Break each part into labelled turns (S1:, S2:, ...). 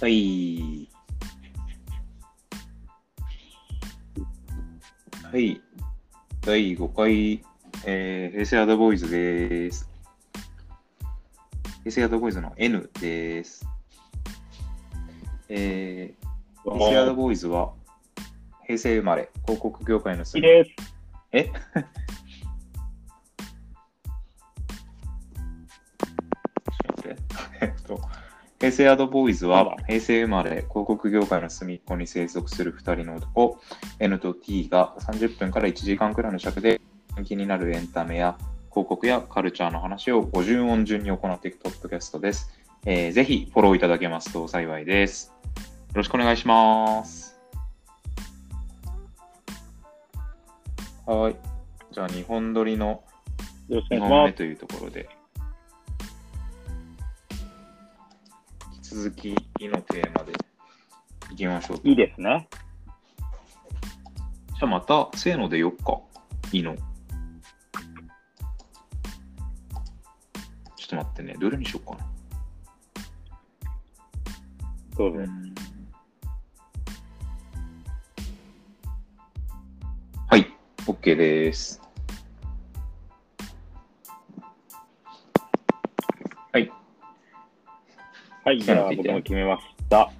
S1: はい。はい。第5回、えー、平成アドボーイズです。平成アドボーイズの N です。えー、平成アドボーイズは、平成生まれ、広告業界の
S2: 好き
S1: 隅
S2: です。
S1: えちょっ と待ってえっと平成アドボーイズ
S2: なん
S1: は
S2: だ
S1: 平成生まれ広告業界の隅っこに生息する2人の男 N と T が30分から1時間くらいの尺で気になるエンタメや広告やカルチャーの話を50音順に行っていくポッドキャストです、えーぜひフォローいただけますと幸いですよろしくお願いしますはいじゃあ2本撮りの
S2: よろしく
S1: 2
S2: お
S1: 本
S2: 願い
S1: 目
S2: し
S1: というところで、引き続き、いのテーマでいきましょう
S2: ます。。いいですね。
S1: じゃあまた、せーのでよっか、いの。ちょっと待ってね、どれにしようかな。
S2: どうぞ。
S1: はい、OK です。はい、
S2: はい、じゃあ僕も決めました。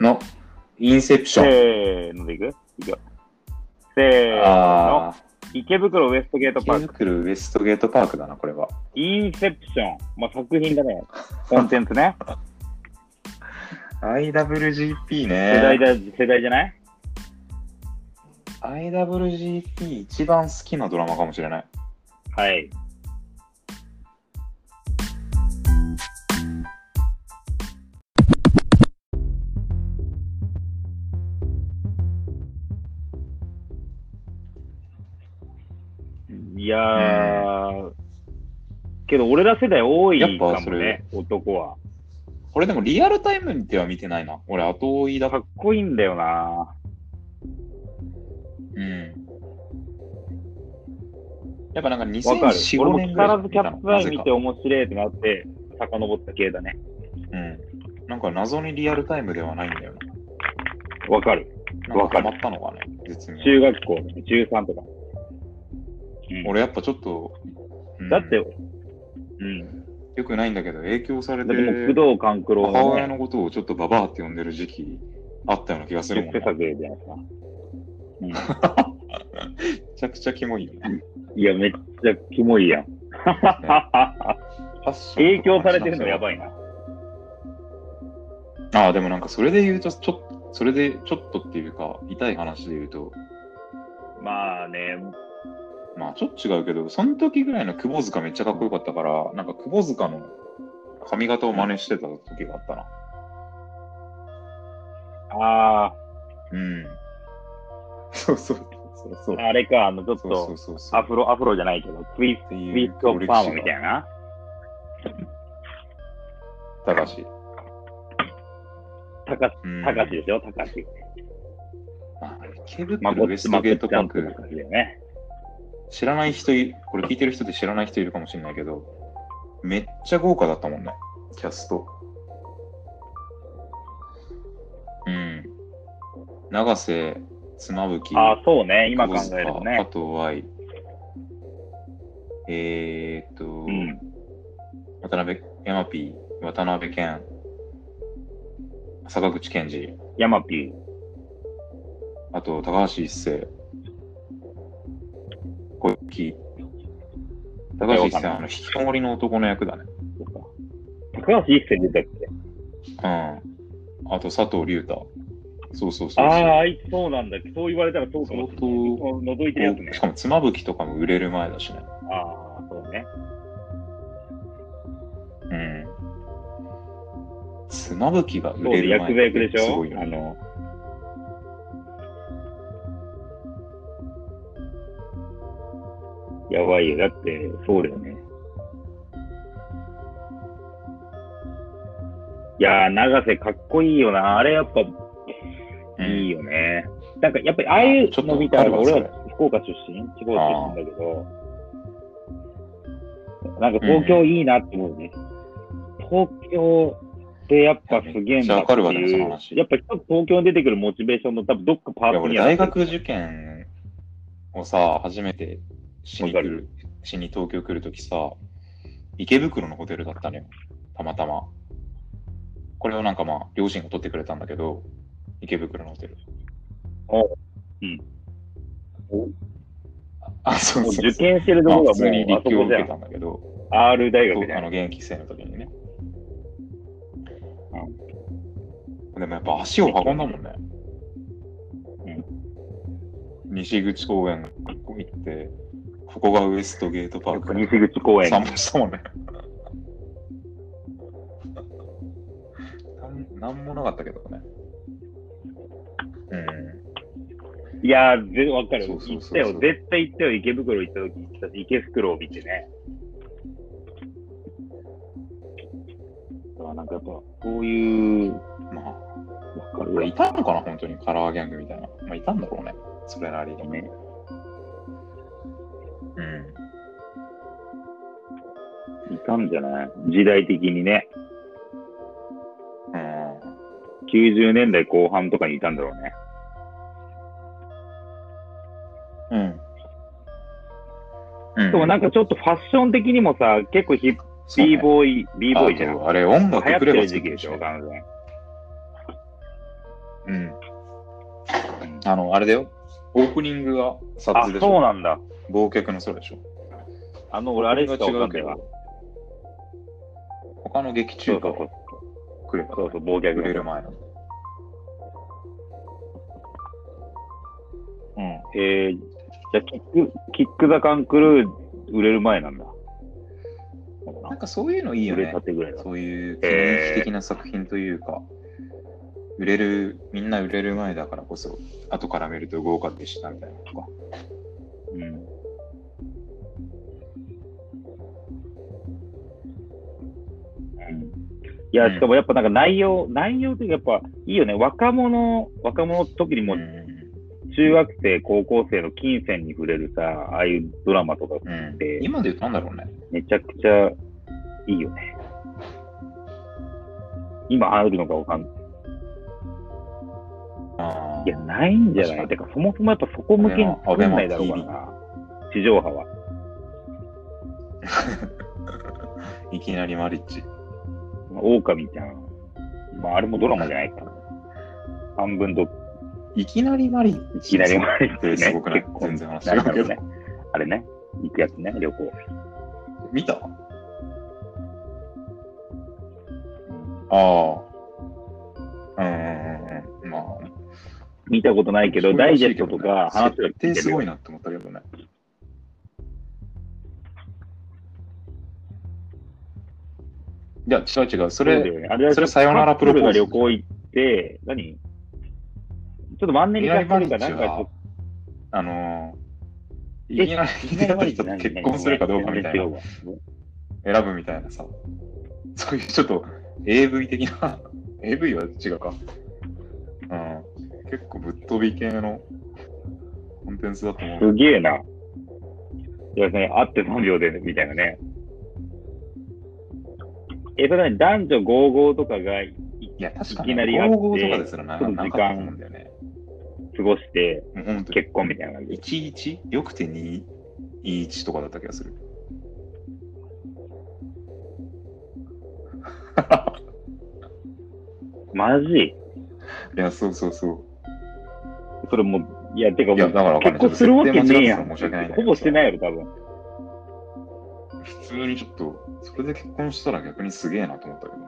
S1: の、インセプション。
S2: せーのでいくいくよ。せーの。
S1: ああ、
S2: 池袋ウエストゲート
S1: 池
S2: パーク。
S1: 袋ウエストゲートパークだな、これは。
S2: インセプション。まあ、作品だね。コンテンツね。
S1: IWGP
S2: 世代
S1: ね。
S2: だ、世代じゃない
S1: IWGP 一番好きなドラマかもしれない。
S2: はい。いやー、けど俺ら世代多い
S1: やっ
S2: か
S1: ぱそ
S2: も
S1: れ
S2: ね、男は。
S1: これでもリアルタイムでは見てないな。俺、後追いだ
S2: か。っこいいんだよな。
S1: うん。やっぱなんか
S2: わかる。
S1: 2004、
S2: 俺
S1: 5
S2: も
S1: 年ぐらいに
S2: 木更津
S1: 見
S2: キャ
S1: た
S2: ッ
S1: の
S2: プア
S1: な
S2: イ
S1: ぜ
S2: 見
S1: か
S2: て。面白いってなって、遡った系だね。
S1: うん。なんか謎にリアルタイムではないんだよな。
S2: わかる。
S1: なん
S2: わ
S1: か
S2: か
S1: ハ
S2: る
S1: マったのかね、絶妙。
S2: 中学校、中3とか。うん
S1: 俺やっぱちょっと、うん
S2: だって、うん。
S1: よくないんだけど、影響されて
S2: だってもう、工藤官九郎
S1: 母
S2: の、
S1: 親
S2: ね、
S1: のことをちょっとババアって呼んでる時期あったような気がす
S2: 出
S1: るもん
S2: 世
S1: ね。
S2: 作じゃないですか。
S1: めちゃくちゃキモいよね。
S2: いや、めっちゃキモいやん。影響されてるのやば
S1: い。
S2: いな。
S1: ああ、でもなんかそれで言うと、ちょっと、それでちょっとっていうか、痛い話で言うと、
S2: まあね、
S1: まあちょっと違うけど、その時ぐらいの窪塚めっちゃかっこよかったから、なんか窪塚の髪型を真似してた時があったな。
S2: あ
S1: うん。そうそうそうそう
S2: あ、。あれか、あの、ちょっ
S1: そうそ
S2: と
S1: う、そうそう。
S2: アフロ、アフロじゃないけど、ツイ
S1: て
S2: ツ
S1: い
S2: イ
S1: う
S2: ストパーマみたいな。
S1: たかし。
S2: たか、
S1: うん
S2: たかしでしょ、たかし。
S1: まあ池
S2: まあ、
S1: 袋
S2: こ
S1: ウエ
S2: っ
S1: ス
S2: ち、
S1: ト
S2: まあ、
S1: ゲ
S2: こ
S1: ー
S2: っ
S1: ト
S2: ち
S1: パ
S2: は
S1: ー
S2: たか
S1: ク。
S2: しだよね。
S1: 知らない人い、これ聞いてる人で知らない人いるかもしれないけど、めっちゃ豪華だったもんね、キャスト。うん。永瀬、妻夫木、
S2: ああ、そうね、今考
S1: 窪塚
S2: えるとね
S1: 加。藤愛、えー、っと、
S2: うん。
S1: 渡辺、山 P、渡辺謙、坂口健二、
S2: ヤマピー。
S1: あと高橋一生、小雪、高橋一生はあの引きこもりの男の役だね。
S2: 高橋一生出たっけ
S1: うん。あと佐藤隆太。そうそうそうそう
S2: ああ、あいつそうなんだ。そう言われたらそうかもしれない。
S1: 相
S2: 覗いてるやつね
S1: し。かも妻夫木とかも売れる前だしね。
S2: ああ、そうね。
S1: うん。妻夫木が売
S2: そう
S1: れ
S2: で、
S1: る
S2: 役座
S1: 前
S2: 役でし
S1: す
S2: ょ
S1: ごいよ
S2: あ
S1: ね。
S2: の、やばいよ。だって、そうだよね。いやー、永瀬かっこいいよな。あれやっぱ
S1: うん
S2: いいよね。なんかやっぱりああいう
S1: ちょっと
S2: の見たら、
S1: わかる
S2: 俺
S1: わ
S2: は福岡出身地方出身だけど、なんか東京いいなって思うね。東京でやっぱすげえなっ
S1: い
S2: て
S1: やめっちゃわかるわでもその
S2: いう
S1: 話
S2: やっぱ一つ東京に出てくるモチベーションの多分どっかパ
S1: いや
S2: ーツ
S1: 俺
S2: には
S1: 大学受験をさ、初めてしに来
S2: わか
S1: る、しに東京来るときさ、池袋のホテルだったのよ、たまたま。これをなんかまあ、両親が取ってくれたんだけど、池袋のホテル。
S2: おうんお
S1: あ。あ、そう
S2: もう
S1: そう
S2: 受験してると
S1: ま
S2: こ
S1: あ、
S2: ろ
S1: 普
S2: が
S1: 通に
S2: もうあ
S1: 立
S2: そ
S1: 教を
S2: こじ
S1: 受
S2: ゃ
S1: け
S2: ん
S1: たんだけど、
S2: R 大学じ
S1: そう
S2: ゃ
S1: あ
S2: ん
S1: の、現役生の時にね。でもやっぱ足を運んだもんね。西口公園行って、ここがウエストゲートパーク。
S2: 西口公園
S1: 散歩したもんね。なんなんもなかったけどね。うん。
S2: いやーぜわかる
S1: そうそうそうそう
S2: 行ったよ絶対行ったよ池袋行った時行ったし池袋を見てねだからなんかやっぱそういう
S1: まあ、
S2: わかる
S1: これいたのかな、本当に。カラーギャングみたいな。まあ、いたんだろうね。それなりに。
S2: ね
S1: うん。
S2: いたんじゃない時代的にね
S1: うん。
S2: 90年代後半とかにいたんだろうね
S1: うん。うん
S2: でもなんかちょっとファッション的にもさ、結構ヒッ
S1: そうね
S2: B ボーイ、B ボーイじゃ
S1: あ
S2: ん。流
S1: とあれ、音楽
S2: 行っ
S1: く
S2: て
S1: れば
S2: る時期でしょ、完
S1: うん。
S2: 全に。
S1: あの、あれだよ。オープニングが撮
S2: あ
S1: 影、でし
S2: そう
S1: ょ。
S2: なんだ。
S1: 忘却の空でしょ。
S2: あの、俺、あれし
S1: が
S2: か
S1: 違
S2: わか
S1: うんけ
S2: ないわ
S1: ど。他の劇
S2: そ
S1: 中歌
S2: うそう
S1: を
S2: そう。
S1: くれば、
S2: そうそう、忘
S1: く
S2: 却
S1: れ
S2: の
S1: る
S2: 空。
S1: 前の。うん。
S2: えー、じゃあキック、キック・ザ・カン・クルー、売れる前なんだ。
S1: なんかそういうのいいよ
S2: 売れ
S1: ね
S2: た。てぐらいだ。
S1: そういう記念碑的な作品というか、売れる、みんな売れる前だからこそ、後から見ると豪華でしたみたいなとか。
S2: うん。いや、しかもやっぱなんか内容、内容というかやっぱいいよね。若者、若者、特にもう中学生、高校生の金銭に触れるさ、ああいうドラマとか
S1: うんうん
S2: で
S1: 今で言ったんだろうね。
S2: めちゃくちゃいいよね。今あるのかわかんない。
S1: あ
S2: いや、ないんじゃない
S1: 確か
S2: てか、そもそもやっぱそこ向けに作んないだろうから
S1: アベ
S2: な。地上波は。
S1: あ、いきなりマリッチ。
S2: 狼ちゃん。まあ、あれもドラマじゃないか。半分ど、
S1: いきなりマリッ
S2: い
S1: チ。
S2: きなりもあれ
S1: ってすごくない
S2: 結構
S1: 全然話
S2: な
S1: 違
S2: ん
S1: う
S2: だ
S1: け
S2: ろ
S1: ど
S2: う。ね。あれね。行くやつね、旅行。
S1: 見たああ。うんうんうんうん。まあ。
S2: 見たことないけど、
S1: そう
S2: ダ
S1: ら
S2: イ
S1: し
S2: ジェ
S1: い
S2: ッ
S1: け
S2: ト
S1: どね
S2: とか話してる
S1: 設定すごいなって思ったけどね。いや、違う違う。そ
S2: そうだ
S1: れ、
S2: よねあれだよ
S1: それさよならプロポーズ
S2: カップルが旅行行って、何ちょっとマンネリ化してるかな
S1: いきなりマリッ
S2: ん
S1: ジは
S2: かこ
S1: あのー、いきなり
S2: う、
S1: 結婚するかどうかみたいな、
S2: 全然違うわ
S1: 選ぶみたいなさ、そういうちょっと AV 的な、AV は違うか。うん。結構ぶっ飛び系のコンテンツだと思う。
S2: すげえな。いや、ね、会って3秒で、みたいなね。え、それ何男女55とかがい
S1: いや、確か
S2: い
S1: に、
S2: きなり会って
S1: 合とかですらな
S2: ちょっと
S1: な
S2: 時間
S1: かったと思うんだよね。
S2: 過ごして
S1: もう本当に。
S2: 結婚みたいな感じ。
S1: 11? よくて2、1とかだった気がする。
S2: マジ
S1: いや、そうそうそう。
S2: それもう、いや、てか
S1: いや、
S2: も
S1: だ
S2: う、
S1: からわかんない。ちょっ
S2: 結婚
S1: と
S2: するわけねえや
S1: 設定間違
S2: ん。
S1: ってたら申し訳ないんだけ
S2: ほ
S1: ど
S2: ぼしてないよ、多分。
S1: 普通にちょっと、それで結婚したら逆にすげえなと思ったけどね。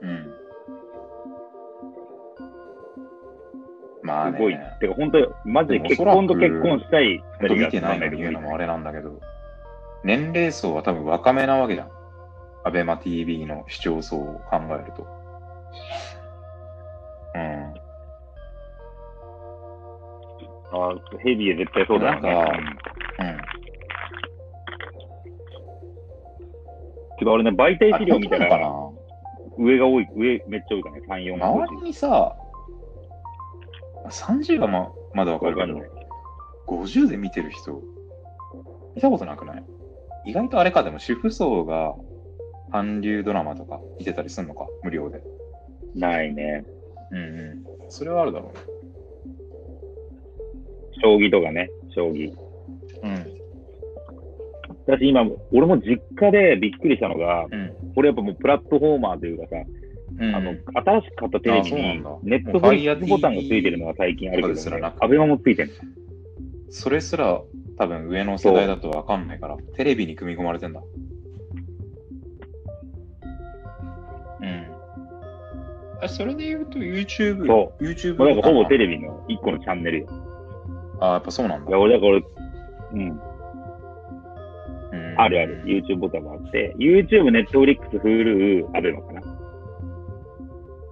S1: うん。まあ
S2: す
S1: ね、
S2: ごい。てか、本当マジで
S1: でも
S2: 結婚と
S1: おそらく
S2: 結婚したい
S1: 本
S2: 二
S1: 当
S2: 人
S1: 見
S2: が
S1: て
S2: 集
S1: な
S2: ま
S1: い
S2: ん
S1: の
S2: ないと
S1: に言
S2: 無
S1: う
S2: 理
S1: のもあれなんだけど、年齢層は多分若めなわけじゃん。アベマ TV の視聴層を考えると。うん。
S2: あヘビーは絶対そうだよね。
S1: なんか
S2: うん
S1: うん。
S2: けどあれね、媒体
S1: あ
S2: 資料みたいな
S1: 本当
S2: ら、
S1: の
S2: 上が多い、上めっちゃ多いからね、3、4
S1: か
S2: が
S1: な
S2: 多い
S1: 周りにさ、30はままだわか
S2: わ
S1: る
S2: か
S1: け
S2: ん
S1: ど
S2: ない。、
S1: 50で見てる人、見たことなくない意外とあれか、でも主婦層が韓流ドラマとか見てたりするのか、無料で。
S2: ないね。
S1: うんうん。それはあるだろ
S2: 将棋とかね、将棋。
S1: うね。
S2: 私今、俺も実家でびっくりしたのが、
S1: うん。
S2: 俺やっぱもうプラットフォーマーというかさ、
S1: うん。
S2: あの
S1: うん、
S2: 新しく買ったテレビに
S1: あそうなんだ、
S2: ネットフォックスボタンがついてるのが最近あるけ
S1: もう Fire
S2: ど、
S1: TV
S2: ね、アベマもついてる。
S1: それすら多分上の世代だとわかんないから、テレビに組み込まれてんだ。うん。あそれで言うと YouTube。
S2: そ
S1: YouTube
S2: もうなんかほぼテ
S1: レ
S2: レビの一個のチャンネルよ。
S1: あ、やっぱそうなん
S2: い
S1: だ
S2: や、。俺だから俺、うん、
S1: うん
S2: あるある。。YouTube ボタンもあって、YouTube、Netflix、Hulu、アベマかな。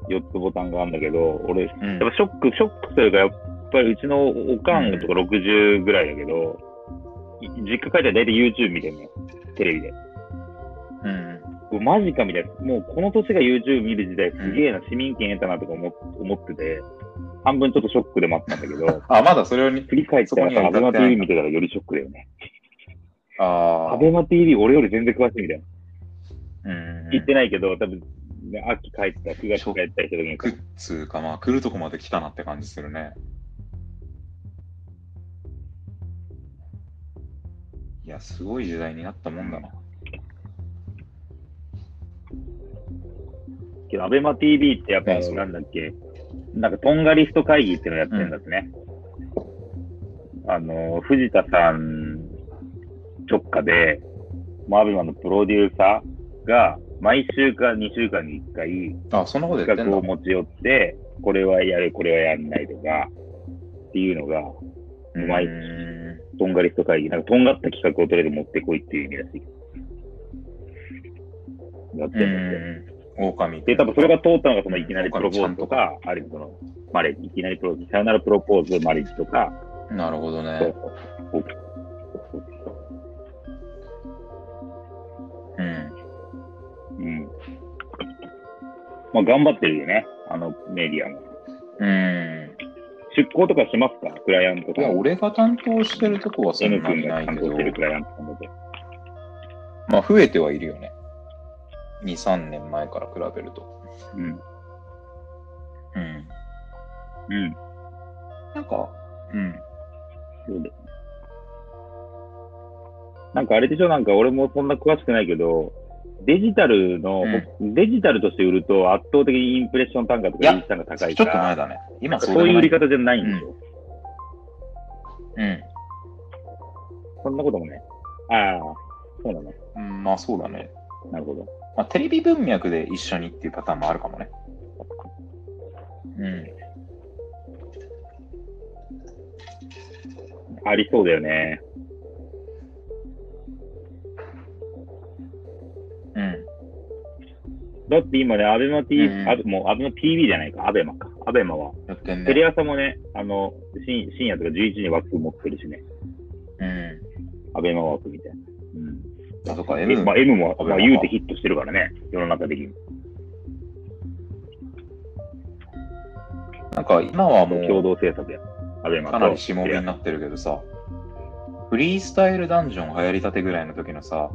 S2: 4つボタンがあるんだけど、俺、やっ
S1: うん
S2: ぱショック、ショックというか、やっぱりうちのおかんとか60ぐらいだけど、い実家帰ったら大体 YouTube 見てるのよ。テレビで。
S1: うん。、
S2: うわマジかみたいな。もうこの年が YouTube 見る時代すげえな、市民権得たなとか思っ思ってて、半分ちょっとショックでもあったんだけど
S1: あ、まだそれに。
S2: 次帰ったら
S1: そこには
S2: さ、ア
S1: 至
S2: ベ
S1: ってない
S2: マ TV 見てたらよりショックだよね。ア
S1: ああ。
S2: ベマ TV 俺より全然詳しいみたいな。
S1: うん。
S2: 行ってないけど、多分、ね、秋帰った、9月帰ったりした時に
S1: く、っつうか、まあ、来るとこまで来たなって感じするね。いや、すごい時代になったもんだな。
S2: けど、アベマ TV ってやっぱ、
S1: ねそう
S2: なんだっけ、なんか、とんがリスト会議っていうのやってるんだってね。あの、藤田さん直下で、マーベマのプロデューサーが、毎週か2週間に1回、
S1: あ、そんなことやってん
S2: 企画
S1: だ
S2: を。持ち寄って、これはやる、これはやんないとか、っていうのが、
S1: う
S2: 毎
S1: ん
S2: とんがリスト会議、なんか、とんがった企画をとりあえず持ってこいっていう意味らしい。やってるんだって。
S1: うん。狼。
S2: で、多分それが通ったのが、そのいきなり
S1: 今
S2: プ
S1: 回
S2: ロ
S1: もちゃん
S2: ポーズ
S1: と
S2: とか、ある意味その、マレージ、いきなりプロポーズ、さよならプロポーズ、マレージとか、
S1: なるほど
S2: そう
S1: ね。
S2: そう
S1: うん。
S2: うん。まあ、頑張ってるよね、あのメディアも。
S1: うん。
S2: 出向とかしますかクライアント
S1: い
S2: とか
S1: や、。俺が担当してるとこはそん
S2: N
S1: なに
S2: 君
S1: な
S2: が
S1: いけ
S2: 担当
S1: ど
S2: し、てるクライアントさんだと。
S1: まあ、増えてはいるよね。2、3年前から比べると。
S2: うん。
S1: うん。
S2: うん。
S1: なんか、うん。
S2: そうで。なんかあれでしょ、なんか俺もそんな詳しくないけど、デジタルの、デジタルとして売ると圧倒的にインプレッション単価と
S1: い
S2: か
S1: や
S2: リーチ単価高い
S1: ち
S2: か
S1: ょっと前
S2: ら、
S1: だね。
S2: なん
S1: 今
S2: か
S1: そ
S2: そう
S1: でも
S2: ういう
S1: な
S2: 売り
S1: い。
S2: 方じゃないんでしょ。
S1: うん。
S2: そんなこともね。ああ、そうだね。
S1: うん、まあそうだね。
S2: なるほど。
S1: まあ、テレビ文脈で一緒にっていうパターンもあるかもね。うん。
S2: ありそうだよね。
S1: うん。
S2: だって今ね、アベマ TV、
S1: うん
S2: あもうアベマ TV じゃないか、アベマか。アベマは。
S1: やってん
S2: テ
S1: ね。
S2: レ朝もね、あの、深深夜とか11時に枠持ってるしね。
S1: うん。
S2: アベマ枠みたいな。うん。
S1: あ、そっか、
S2: え
S1: M。
S2: まあ、M も、まあ、
S1: アベマか
S2: 言うてヒットしてるからね。世の中的に。
S1: なんか今はも
S2: 共
S1: う
S2: 同制作や。アベマ
S1: か
S2: と。
S1: なりしもべになってるけどさ、フリースタイルダンジョン流行りたてぐらいの時のさ、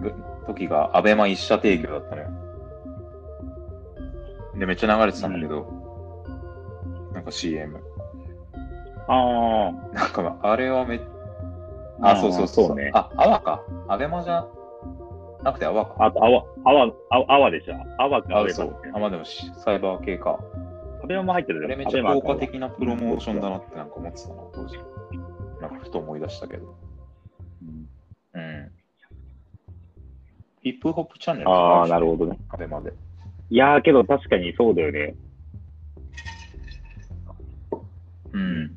S1: ぐ時がアベマ一社提供だったのよ。で、めっちゃ流れてたんだけど、なんか CM。
S2: あ
S1: なんかあれはめっ
S2: あ。
S1: あ、そうそうそう。
S2: そうね。
S1: あ、アワか。アベマじゃなくてアワか。
S2: あと、あわ、あわ、あわあわでしょ。あわかア
S1: あ、
S2: ベマ
S1: そう。あ、まあでもしサイバー系か。
S2: アベマも入ってる
S1: あれめっ
S2: ア
S1: ち
S2: ベ
S1: ゃ
S2: マ
S1: 効果的なプロモーションだなってなんか思ってたな、当時。なんかふと思い出したけど。
S2: うん
S1: うん。ヒップホップチャンネル
S2: ああ、なるほどね。
S1: ど。アベマで。
S2: いやー、けど確かにそうだよね。
S1: うん。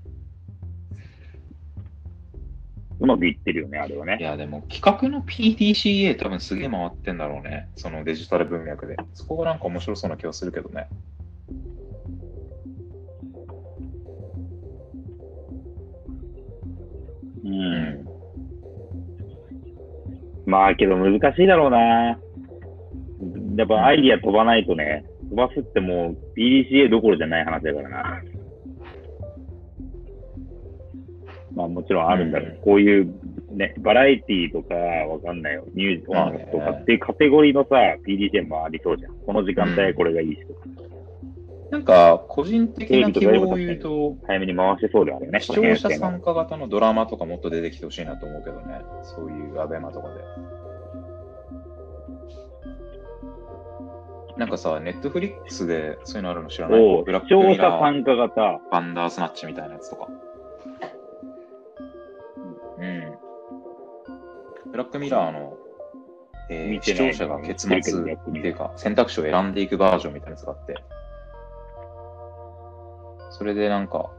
S2: うまくいってるよね、あれはね
S1: い。や、でも企画の PDCA 多分すげえ回ってんだろうね。そのデジタル文脈で。そこがなんか面白そうな気がするけどね。う
S2: う。。
S1: ん
S2: まあ、けど難しいだろうな。やっぱアイディア飛ばないとね、飛ばすってもう PDCA どころじゃない話だからな。まあもちろんあるんだけど、
S1: うん
S2: こういうね、バラエティーとか、わかんないよ、ミュージック
S1: まあ
S2: 音
S1: ね
S2: 楽とかっていうカテゴリーのさ、PDCA もありそうじゃん。この時間帯これがいいしとか、
S1: なんか、個人的な希望を言うと、
S2: 早めに回してそうだよね。
S1: 視聴者
S2: この辺っていうのは
S1: 参加型のドラマとかもっと出てきてほしいなと思うけどね、そういうアベマとかで。なんかさ、ネットフリックスでそういうのあるの知らない
S2: おう
S1: ブラック
S2: 視聴
S1: ミ
S2: 者
S1: ラー、
S2: 参加型。
S1: バンダースナッチみたいなやつとか。うん。ブラックミラーの、え
S2: 見
S1: ー
S2: て
S1: 視
S2: な
S1: 聴
S2: い
S1: 者が結末っていうか、選択肢を選んでいくバージョンみたいなやつがあって、それでなんか、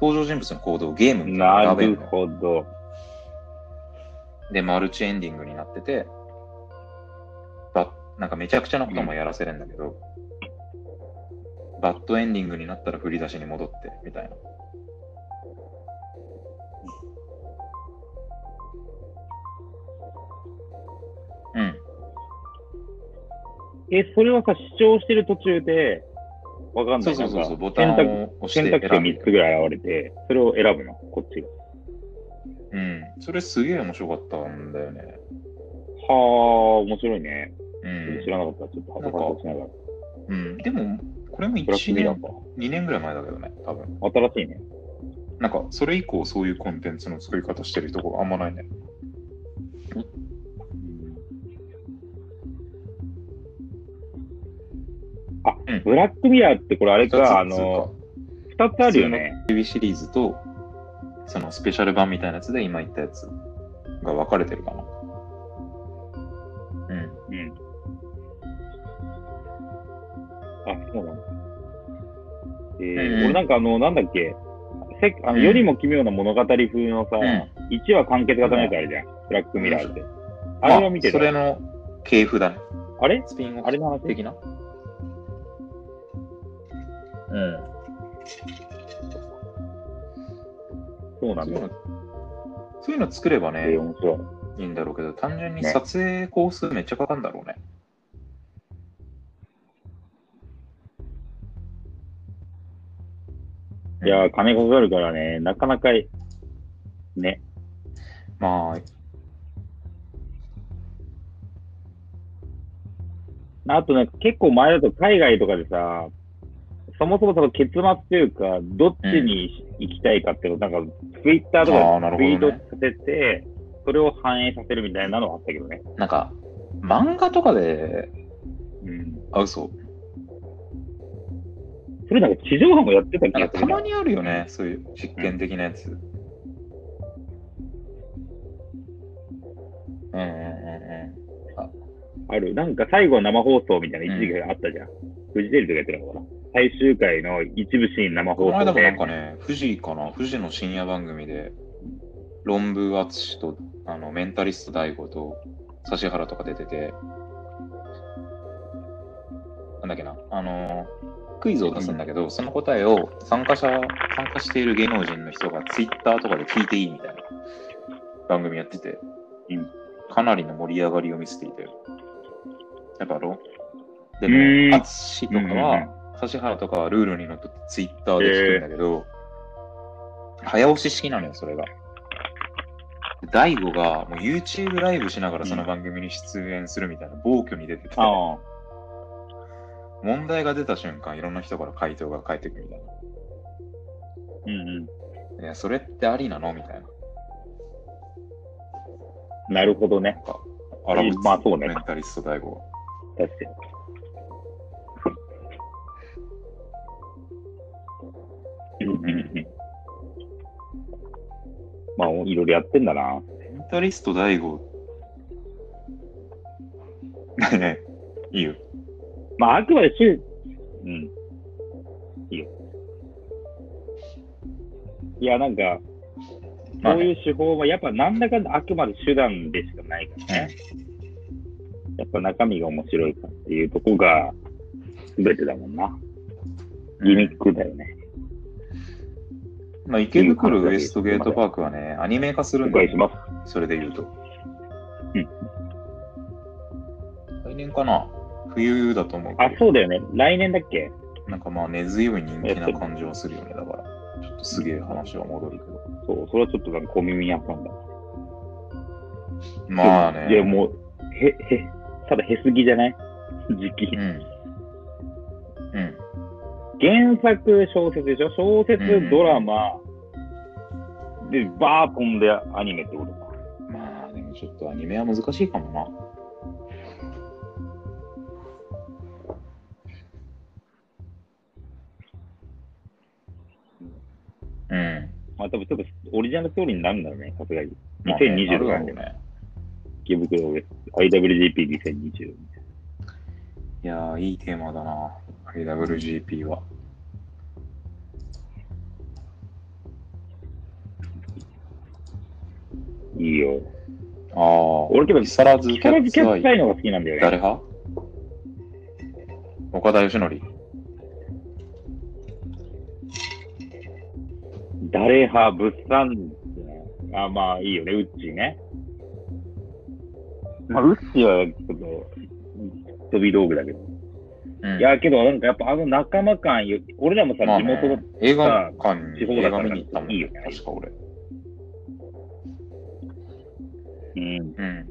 S1: 登場人物の行動をゲームみたいな
S2: な
S1: のを選べ
S2: る
S1: るの
S2: ほど。
S1: で、マルチエンディングになってて、バなんかめちゃくちゃなこともやらせるんだけど、バッドエンディングになったら振り出しに戻って、みたいな。うん。
S2: え、それはさ、視聴してる途中で、わかんな
S1: そう
S2: い。
S1: そうそう
S2: な
S1: そ
S2: ん
S1: う、
S2: か
S1: ボタン
S2: 選
S1: を押
S2: 択
S1: し
S2: 選
S1: て
S2: 択肢が
S1: 選ぶ
S2: 3つぐらい現れて、それを選ぶの、こっちが。
S1: うん。それすげえ面白かったんだよね。
S2: はあ、面白いね。
S1: う
S2: ちょっと
S1: ん
S2: 知。らなかった。ちょっと恥ずかしながら。
S1: うん、でも、これも
S2: ブラック
S1: 1
S2: ミラー
S1: 年、
S2: か。
S1: 2年ぐらい前だけどね、多分。
S2: 新しいね。
S1: なんか、それ以降そういうコンテンツの作り方してるところあんまないね。
S2: あ、
S1: うん
S2: ブラックミラーってこれあれ
S1: 2つ
S2: か、あの、二つあるよね。
S1: テレビシリーズと、そのスペシャル版みたいなやつで今言ったやつが分かれてるかな。うん。
S2: うん。あ、そうなんだ。え
S1: うん
S2: ー俺なんかあの、なんだっけ、せあの
S1: うん
S2: よりも奇妙な物語風のさ、
S1: うん
S2: 一1話完結型のやつあるじゃん、ブラックミラーって。
S1: ま
S2: あれは見てた
S1: そ。れの系譜だね。
S2: あれ
S1: スピンオ
S2: あれ
S1: フ
S2: の話
S1: 的な。うん。
S2: そうなん
S1: そうい
S2: だ
S1: う。のそういうの作れば
S2: え
S1: ね、
S2: ー、面白い。
S1: いいんだろうけど、単純に
S2: ね
S1: 撮影工数めっちゃかかるんだろうね。
S2: いやー、金かかるからね、なかなか、ね、
S1: まあ、
S2: あとなんか結構前だと海外とかでさ、そもそもその結末というか、どっちに行きたいかっていうのを、なんかツイッターと
S1: あー
S2: か
S1: なるほ
S2: でツ
S1: ど
S2: イ
S1: ね
S2: ートさせて、それを反映させるみたいなのはあったけどね。
S1: なんか、漫画とかで、
S2: うん。
S1: あ、嘘。
S2: それなんか地上波もやってた気
S1: なん
S2: が
S1: か
S2: す
S1: た
S2: るな
S1: まにあるよね、そういう実験的なやつ。うんうんうんう
S2: ある。なんか最後は生放送みたいな一時期あったじゃん。フジテレビとかやってたのかな。最終回の一部シーン生
S1: ん。こ
S2: 放
S1: の間もな
S2: 送で
S1: ん。かね、富士かな、富士の深夜番組で、論文淳とあのメンタリスト大悟と指原とか出てて、なんだっけな、あのークイズを出すんだけど、その答えを参加者、参加している芸能人の人がツイッターとかで聞いていいみたいな番組やってて、
S2: うん
S1: かなりの盛り上がりを見せていたよ。だから、ろで
S2: うーん
S1: も、淳とか
S2: うんうん
S1: は、指原とかはルールにのっとってツイッターで聞くんだけど、早押し式なのよ、それが。大悟がもう YouTube ライブしながらその番組に出演するみたいな暴挙に出てきて、
S2: ああ。
S1: 問題が出た瞬間いろんな人から回答が返ってくるみたい
S2: うんうん。
S1: な。いや、それってありなのみたいな。
S2: なるほどね
S1: な。んか、あらぶ
S2: まあそうね
S1: メンタリスト大悟は。
S2: 確かに。まあ、いろいろやってんだな。
S1: メンタリスト大悟。ねえねえ、いいよ。
S2: まあ、あくまで週、うん。いいよ。いや、なんか、
S1: まあ
S2: こう
S1: ね
S2: いう手法は、やっぱなんだかんだあくまで手段でしかないからね。やっぱ中身が面白いかっていうとこが、全てだもんな。ギミックだよね。
S1: まあ、池袋ウエストゲートパークはね、アニメ化する
S2: お
S1: んだ
S2: 返
S1: よ
S2: し
S1: ね、
S2: します。
S1: それで言うと。
S2: うん
S1: 来年かな冬だと思うけど
S2: あ、そうだよね。来年だっけ
S1: なんかまあ根強い人気な感じはするよね、だから。ちょっとすげえ話は戻るけど。
S2: そう、それはちょっとなんか小耳にあったんだ。
S1: まあね。
S2: いや、もう、へ、へ、ただへすぎじゃない時期
S1: う。ん。うん。
S2: 原作小説でしょ小説
S1: うん、
S2: ドラマ、で、バーコンでアニメってことか。
S1: まあ、でもちょっとアニメは難しいかもな。うん。
S2: まあ多分ちょっとオリジナルストーリーになるんだろうね、さすがに。
S1: まあね
S2: 2026
S1: なるだろうね。
S2: 池袋で IWGP2020。
S1: いやー、いいテーマだな、IWGP は。
S2: いいよ。
S1: ああ、
S2: 俺けど
S1: 木更津
S2: 木
S1: キャ
S2: 更
S1: ッ
S2: 津キ
S1: ツ
S2: ャッツア
S1: は
S2: イの方が好きなんだよね。
S1: 誰派岡田義則。
S2: 誰派、物産ですね。あ、まあいいよね、ウッチーね。まあ、ウッチーはちょっと飛び道具だけど。
S1: うん
S2: いや、けどなんかやっぱあの仲間感よ、俺らもさ、
S1: まあ
S2: 地元だ
S1: ね、映画館に
S2: 地方
S1: 映
S2: だか
S1: 画見
S2: ら
S1: に行ったもん、ね、
S2: いいよね
S1: 確か俺。
S2: うん。
S1: うん。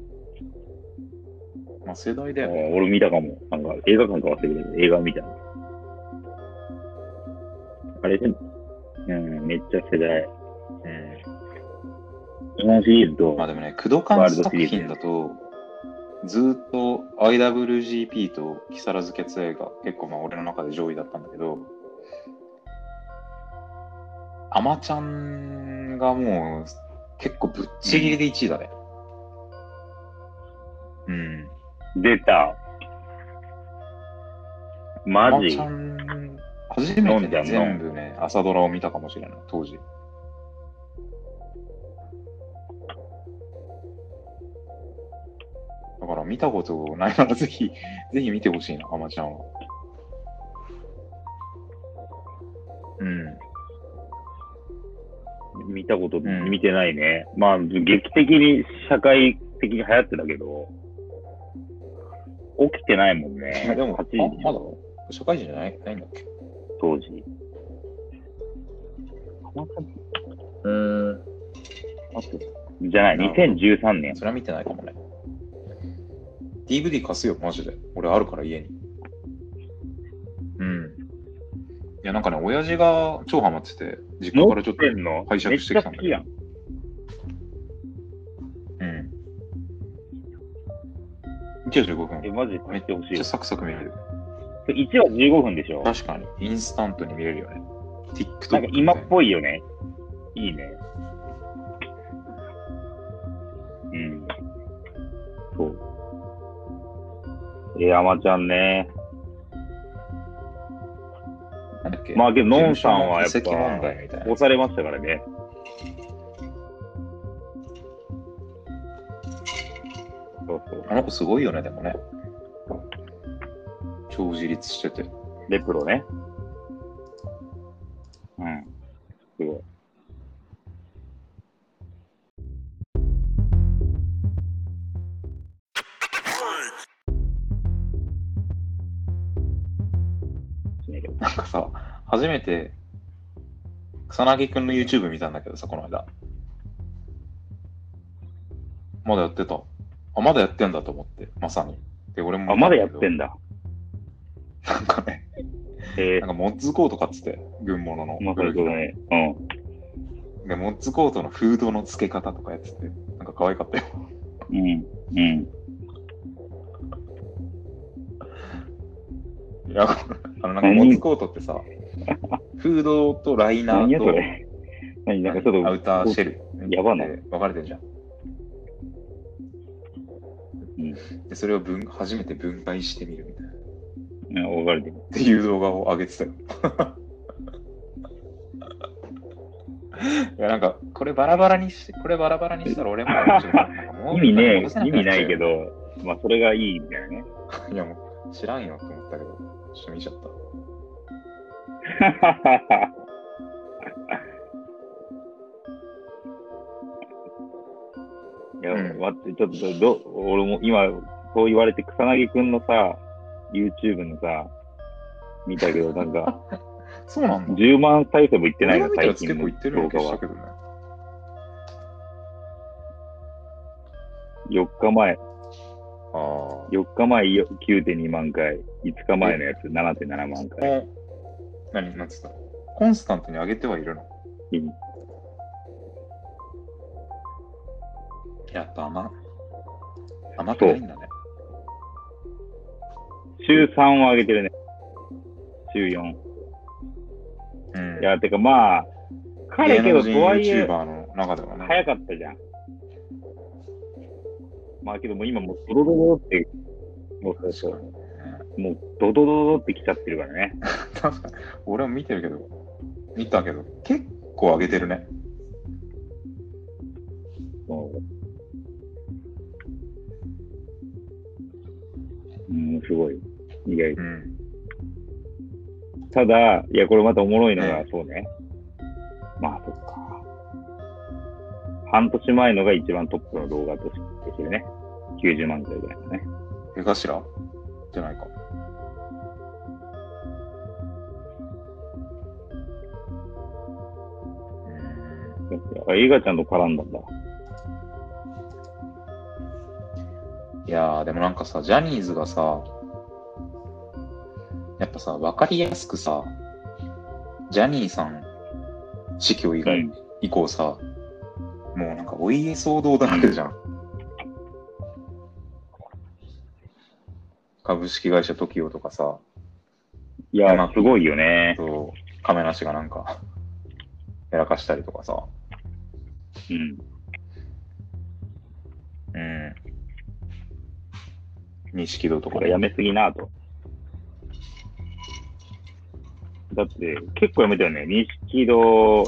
S1: まあ、世代だ
S2: あ
S1: よね。
S2: 俺見たかも。なんか映画館か忘れてる映画見た。あれ、うん、めっちゃ世代。
S1: う
S2: 日本シリーズと
S1: ん。まあでもね、工藤監督作品だと、ずーっと IWGP と木更津決映が結構まあ俺の中で上位だったんだけど、アマちゃんがもう結構ぶっちぎりで1位だね。うん。
S2: 出た。マ
S1: マ
S2: ジ
S1: ちゃん、初めてね全部ね、朝ドラを見たかもしれない、当時。だから見たことないならぜひ、 ぜひ見てほしいな、アマちゃんは。うん。
S2: 見たこと、
S1: ん
S2: 見てないね。まあ、劇的に社会的に流行ってたけど、起きてないもんね。
S1: でも、
S2: 8時
S1: あまだ社会人じゃないないんだっけ
S2: 当時。うーん。あとじゃない、2013年。
S1: それは見てないかもね。DVD 貸すよ、マジで。俺あるから家に。うん。いや、なんかね、親父が超ハマってて、実家
S2: 持
S1: か
S2: っ
S1: らちょっと
S2: てんの
S1: 拝借してきたんだけど
S2: めっちゃ好きやん。
S1: うん。1五分。
S2: え、
S1: め
S2: マジで見てほし
S1: っ
S2: い
S1: ち
S2: よ
S1: ゃ。サクサク見れる。
S2: 1話15分でしょ
S1: 確かに、インスタントに見れるよね。
S2: な
S1: TikTok
S2: んか
S1: みたい
S2: 今
S1: な。
S2: っぽいよね。いいね。うん。そう。えー、アマちゃんね。
S1: なんだっけ
S2: まあけどノンさんはやっぱ
S1: 事務所の戸籍問題みたいな
S2: 押されましたからね。そうそう。
S1: あの子すごいよね、でもね。超自立してて。
S2: レプロね。うん。すごい。しないけど
S1: なんかさ、初めて草薙くんの YouTube 見たんだけどさ、この間。まだやってた。あ、まだやってんだと思って、まさに。で、俺も
S2: あ、まだやってんだ。
S1: だ。なんかね、
S2: え
S1: なんかモッズコート買ってて、軍物の。
S2: ー、まさにそうだね。う
S1: で、モッズコートのフードの付け方とかやってて、なんか可愛かったよ。
S2: ん。うん。うん。
S1: いや、これあの、なんかモッズコートってさ、フードとライナ
S2: 何
S1: ー
S2: やそ
S1: と
S2: れ。何なんかちょっと。
S1: アウターシェル。
S2: やばな
S1: で分かれてるじゃん。
S2: ん
S1: でそれを分初めて分解してみるみたいな。っ
S2: うん、分かれてる。
S1: ていう動画を上げてたよ。 いやなんか、これバラバラにして、これバラバラにしたら俺も面白くなるのかも
S2: 意味ね
S1: 戻せ、
S2: 意
S1: くっ
S2: 味
S1: ちゃ
S2: な
S1: う
S2: いけ。ど、まあ、それがいいんだよね。
S1: いやもう知らんよって思ったけど、ちょっと見ちゃった。
S2: いや、
S1: うん
S2: 待って、ちょっとど、俺も今、そう言われて、草薙くんのさ、YouTube のさ、見たけど、なんか、
S1: そうなんだ。
S2: 10万再生もいってないの、
S1: 俺が見た
S2: 最
S1: やつ結
S2: 近の
S1: 構いってるよう
S2: 動
S1: な気が
S2: 画
S1: し
S2: は
S1: た。けどね。
S2: 4日前、
S1: ああ。
S2: 4日前よ9.2万回、5日前のやつ7.7万回。
S1: もう何、なんつったコンスタントに上げてはいるの
S2: うん
S1: やっぱ甘、甘くないんだね。
S2: 週3を上げてるね。週4。
S1: うん。
S2: いや、てかまあ、彼け
S1: 芸
S2: ど
S1: 能
S2: と
S1: 人
S2: はいえ、
S1: YouTuber の中ではね。
S2: 早かったじゃん。まあけどもう今もうドドドドって、もうそうそ
S1: 確かにね
S2: う、もうドドドドって来ちゃってるからね。
S1: 確かに。俺も見てるけど、見たけど、結構上げてるね。
S2: そううん、すごい。意外
S1: う。ん。
S2: ただ、いや、これまたおもろいのが
S1: え、
S2: そうね。まあ、そっか。半年前のが一番トップの動画としてね。90万回ぐらいのね。
S1: 江頭じゃないか。うん
S2: あ、映画ちゃんと絡んだんだ。
S1: いやー、でもなんかさ、ジャニーズがさ、やっぱさ、わかりやすくさ、ジャニーさん死去以外、
S2: うん
S1: 以降さ、もうなんかお家騒動だらけじゃん。株式会社 TOKIO とかさ、
S2: い
S1: いや
S2: や
S1: まあ、
S2: すごいよね。
S1: そう亀梨がなんか、やらかしたりとかさ、
S2: うん。
S1: うん。錦戸と
S2: こ
S1: か
S2: れやめすぎなと。だって、結構やめたよね。錦戸、
S1: うん。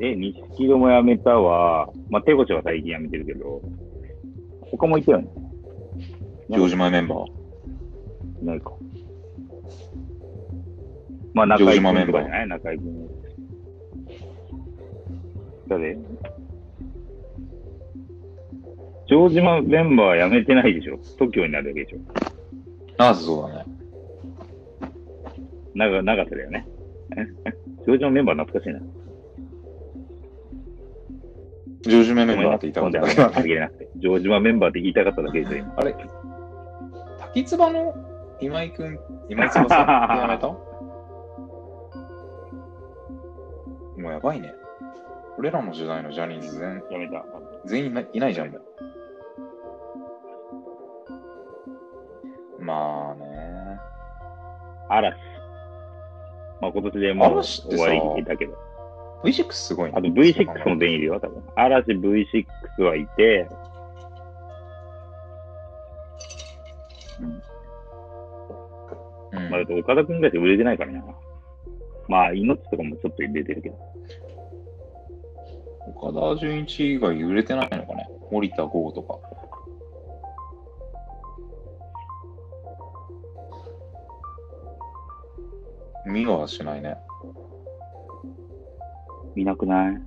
S2: え、錦戸もやめたわ。まあ、手越は最近やめてるけど、他もいたよね。
S1: 城島メンバー。
S2: いないか。まあ、中
S1: 城
S2: 井
S1: 島メ
S2: 君
S1: ン
S2: と
S1: バ
S2: か
S1: ー
S2: じゃない中井君。誰城島メンバーはやめてないでしょ。TOKIO になるだけでしょ。
S1: ああ、そうだね。
S2: 長長瀬だよね。城島メンバー懐かしいな。
S1: ジョージメメン
S2: ごめ
S1: バー
S2: んな
S1: って言いたかっ
S2: 今
S1: た
S2: 度は
S1: けど
S2: あげれなくて。城島メンバーって言いたかっただけですよ、今
S1: あれ滝つばの今井くん、今井つばさん ってやめたもうやばいね。俺らの時代のジャニーズ全
S2: やめた。
S1: 全員いないいないじゃん。もうまあね。
S2: 嵐。まあ今年でもう
S1: 嵐って
S2: 終
S1: さ
S2: わりだけど。
S1: V6 すごいね。
S2: あと V6 も全員いるよ、多分。嵐 V6 はいて、
S1: うん
S2: まあ、だって岡田君ぐらいしか売れてないからな。まあ、命とかもちょっと入れてるけど。
S1: 岡田准一以外売れてないのかね。森田剛とか。見はしないね。
S2: 見なくない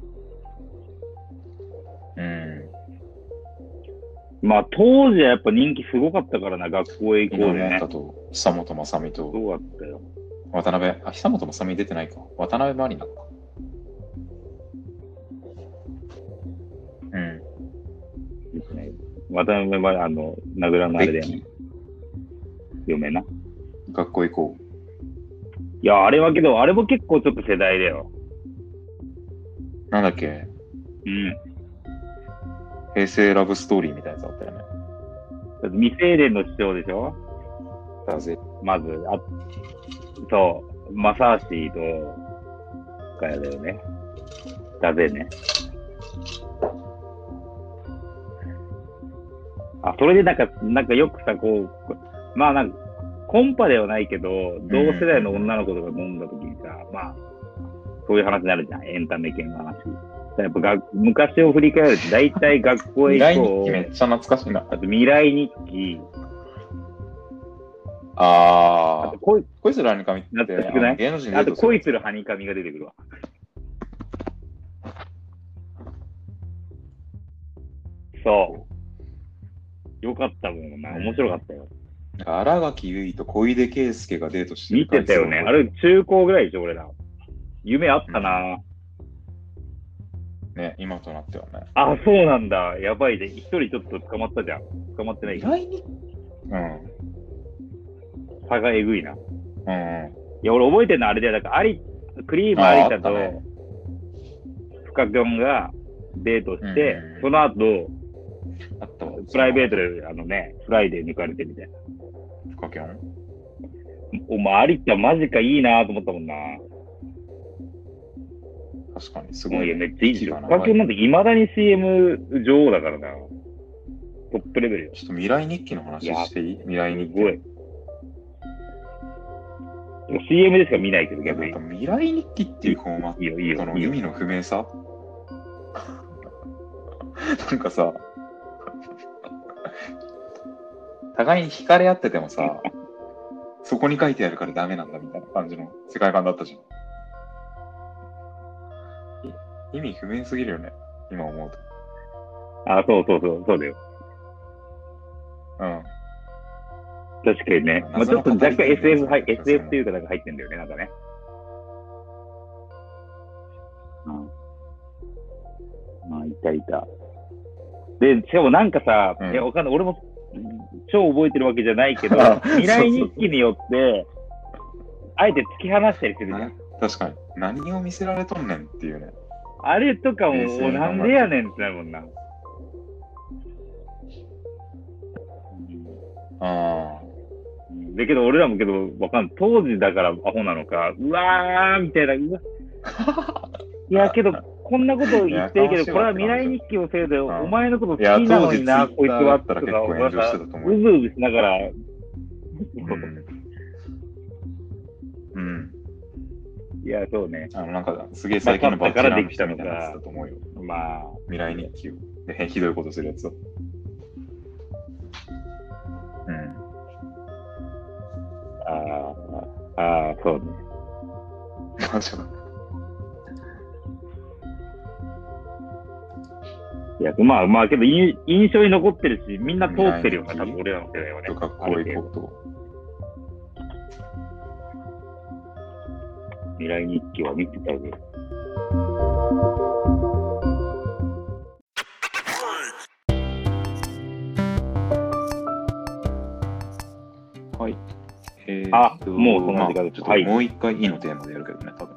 S1: うん。
S2: まあ、当時はやっぱ人気すごかったからな、学校へ行こ
S1: 今
S2: うで
S1: 思っ
S2: ね。
S1: た
S2: す
S1: と、久本雅美と
S2: ごかったよ。
S1: 渡辺、あ、久本雅美出てないか。渡辺まりなか。うん。
S2: ですね渡辺まで、あの、名倉のあれ
S1: ベ
S2: で
S1: ッ、キ
S2: 嫁な。い
S1: ー、学校行こう。
S2: や、あれはけど、あれも結構ちょっと世代だよ。
S1: なんだっけ
S2: うん。
S1: 平成ラブストーリーみたいなやつあったよね。
S2: だって未成年の主張でしょ
S1: だぜ。
S2: まず、あそう、正橋と、ガヤだよね。だぜね。あ、それでなんか、なんかよくさ、こう、まあなんか、コンパではないけど、同世代の女の子とか飲んだ時にさ、まあ、そういう話になるじゃん、エンタメ系の話。やっぱが昔を振り返ると、大体学校へ
S1: 未来
S2: 行
S1: 日
S2: こ
S1: 記め
S2: う
S1: っ、ちゃ懐かしいな。
S2: あと未来日記、あ
S1: あ
S2: と
S1: ー、
S2: 恋
S1: こいつらにかみって、
S2: 懐かしくな
S1: あ
S2: い
S1: の芸能人で
S2: あと恋
S1: つ。
S2: するハニカミが出てくるわ。そう。よかったもんな。面白かったよ。
S1: なんか新垣結衣と小出圭介がデートして
S2: 見てたよね。あれ、中高ぐらいでしょ、俺ら。夢あったな、
S1: ね、今となってはね。
S2: あ、そうなんだ。やばいで、一人ちょっと捕まったじゃん。捕まってない
S1: 意
S2: けど
S1: 外に。うん。
S2: 差がえぐいな。い
S1: うんうん。
S2: や、俺覚えてるのあれだよ。だから、あり、クリーム有田と
S1: ああったね、
S2: フカキョンがデートして、
S1: うんうん
S2: その後、
S1: あったわ。
S2: プライベートで、あのね、フライデー抜かれてみたいな。
S1: その。フカキョン
S2: お前、有田マジかいいなと思ったもんな。
S1: 確かに、す
S2: す
S1: ごい
S2: ごい
S1: ね。
S2: よ、めっちゃいいじゃん。
S1: 息が
S2: フ
S1: 長い
S2: カキョンなんていまだに CM 女王だからな。トップレベルよ。
S1: ちょっと未来日記の話していい未来
S2: す
S1: 日記。
S2: ごい。でも CM でしか見ないけど、逆
S1: なん
S2: に
S1: か。未来日記っていうフォーマッ
S2: いいよ、いいよ
S1: トの。
S2: いい
S1: 意
S2: よ
S1: 味の不明さ なんかさ、互いに惹かれ合っててもさ、そこに書いてあるからダメなんだみたいな感じの世界観だったじゃん。い意味不明すぎるよね、今思うと。
S2: あ、そうそうそう、そうだよ。
S1: うん。
S2: 確かにね。まあ、
S1: 謎
S2: ちょ
S1: の
S2: っと若干
S1: 語り部
S2: SF
S1: 分が
S2: 入、SF というかなんか入ってんだよね、なんかね。うん。あ、いたいた。で、しかもなんかさ、
S1: うん
S2: いや、わかんない。俺も超覚えてるわけじゃないけ ど
S1: あ、
S2: 未来日記によって、あえて突き放したりするじゃん
S1: な確かに。何を見せられとんねんっていうね。
S2: あれとかも、
S1: 冷静
S2: もう
S1: に
S2: な
S1: 考えて
S2: んでやねんってなるもんな。
S1: ああ。
S2: だけど、俺らもけど、わかんない。当時だからアホなのか、うわーみたいな、うわ いや、けど、こんなこと言ってるけ
S1: いや楽しいわ
S2: ど、これは未来日記のせいだよ。
S1: うん
S2: お前のこと好き
S1: いや、
S2: な
S1: 当
S2: の
S1: 時ツイ
S2: に
S1: ッタ
S2: な、こいつ
S1: ーだ
S2: は
S1: ったら
S2: と
S1: 結
S2: か、
S1: 構炎上してたと思う
S2: う
S1: よ。
S2: ずうずしながら、
S1: うん。うん。
S2: いや、そうね。
S1: あの、なんか、すげえ最近のバッチラの人みたいなやつだと思うよ。
S2: まあ、
S1: 未来日記を。で、へひどいことするやつを。 うん。
S2: ああ、ああ、そうね。
S1: まあ、ちょっ
S2: いや、まあまあ、けど、印印象に残ってるし、みんな通ってるよな、
S1: 未来日記
S2: 多分俺らの世代はね
S1: と。かっこいいこと。
S2: 未来日記は見てたよ。
S1: はい。え
S2: あもうそんな
S1: ま
S2: 時間で
S1: あ
S2: す
S1: ちょっと
S2: はい
S1: もう一回いいのテーマでやるけどね、多分。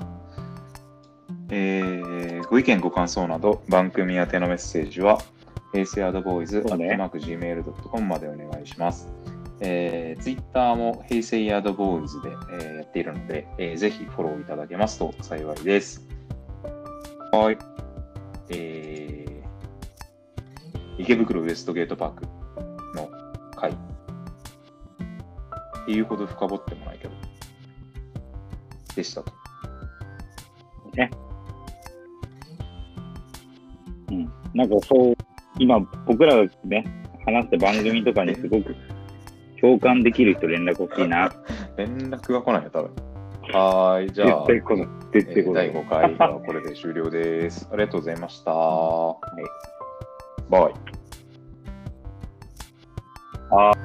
S1: えーご意見、ご感想など、番組宛てのメッセージは、平成アドボーイズ、
S2: そうね
S1: マーク Gmail.com までお願いします。えー、Twitter も平成アドボーイズで、えーやっているので、えーぜひフォローいただけますと幸いです。はい。えー池袋ウエストゲートパークの回っていうほど深掘ってもないけど、でしたと。
S2: うん、なんかそう、今、僕らがね、話した番組とかにすごく共感できる人連絡欲しいな。
S1: 連絡が来ないよ、多分。はーい、じゃあ
S2: 絶、対来ない。
S1: え
S2: 絶対来
S1: ー
S2: な
S1: 第
S2: い。
S1: 5回はこれで終了です。ありがとうございました。バイ。
S2: あー